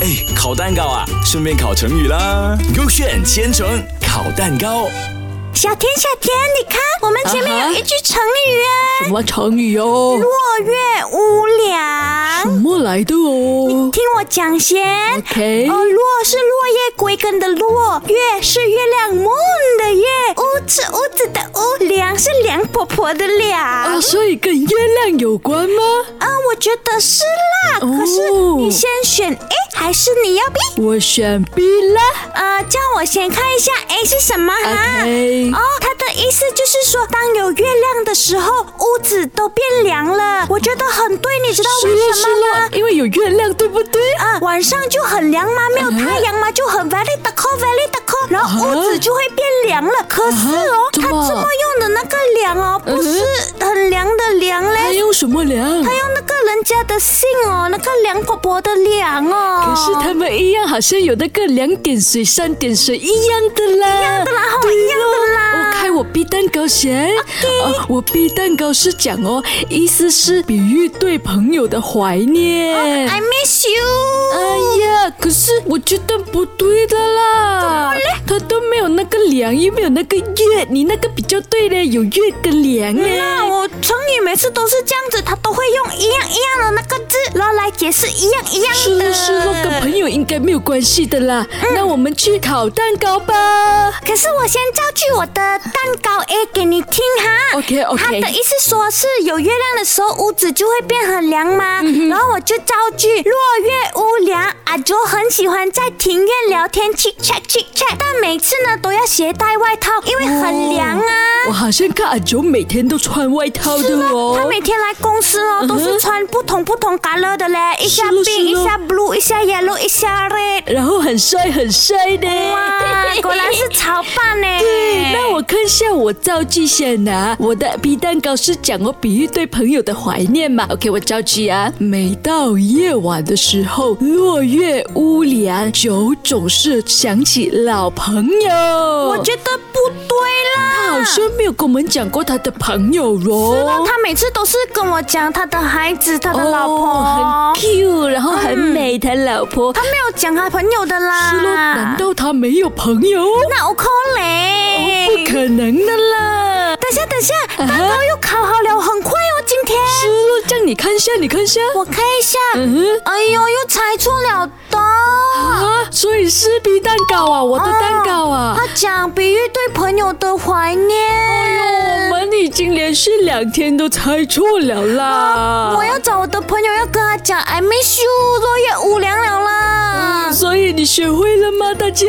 哎，烤蛋糕啊，顺便烤成语啦。勾选千层烤蛋糕，小田，小田，你看我们前面啊哈有一句成语啊，什么成语哦？落月无什粮。么来的哦听我讲先。 ？OK，哦，落是落叶归根的落，月是月亮 moon 的月，屋是屋子的屋，梁是梁婆婆的梁。啊，所以跟月亮有关吗？啊，我觉得是啦。哦可是你先选 A 还是你要 B？我选 B 啦。呃，叫我先看一下 A 是什么哈。 OK 哦，它的意思就是说，当有月亮的时候，屋子都变凉了。我觉得很对，你知道是为了什是么吗了？，因为有月亮，对不对？啊，晚上就很凉嘛，没有嗯哼太阳嘛，就很 very 的 cold very 的 cold，然后屋子就会变凉了。可是哦，怎它么这么用的那个凉哦，不是很凉的凉还嘞，用什么凉？它用那个人家的姓哦，那个梁婆婆的梁哦。可是他们一样，好像有那个两点水、三点水一样的啦，一样的啦好一样的啦哦我开我 B 蛋糕先。啊，我 B 蛋糕是讲哦，意思是比喻对朋友的怀哦念。 I miss you。哎呀，可是我觉得不对的啦，他都没有那个凉，又没有那个月，你那个比较对嘞，有月跟凉嘞。那我成语每次都是这样子，它都会用一样一样的那个字，然后来解释一样一样的。是了是了，跟朋友应该没有关系的啦。嗯那我们去烤蛋糕吧。可是我先造句我的蛋糕 A 给你听哈。 OK，OK 他的意思说是有月亮的时候，屋子就会变很凉嘛。然后我就造句：落月无凉，阿卓很喜欢在庭院聊天，chit chat chit chat，但每次呢都要携带外套，因为很凉啊。我好像看阿九每天都穿外套的哦。嗯他每天来公司哦，都是穿不同不同 color 的嘞，一下是咯 pink，是一咯下 blue，一下 yellow，一下 red。然后很帅很帅的。 哇，果然是潮爸呢。对，那我看下我造句先啊。我的 B 蛋糕是讲我比喻对朋友的怀念嘛。OK，我造句啊。每到夜晚的时候，落月屋梁，酒总是想起老朋友。我我觉得啊不对啦。他好哦像没有跟我们讲过他的朋友咯。是的，他每次都是跟我讲他的孩子、他的老婆，哦、很 Q，然后很美，他老婆。他没有讲他朋友的啦。是咯，难道他没有朋友？那我可嘞？不可能的啦！等下，等下，啊蛋糕又烤好了，很快哦，今天。是咯，这样你看一下，你看一下，我看一下，嗯哼，哎呦，又猜错了的。啊，所以是 B 蛋糕啊，我的蛋糕啊。哎他讲比喻对朋友的怀我念。们已经连续两天都猜错了啦！啊我要找我的朋友，要跟他讲，I 嗯 miss you，落叶无凉了啦。所以你学会了吗，大家？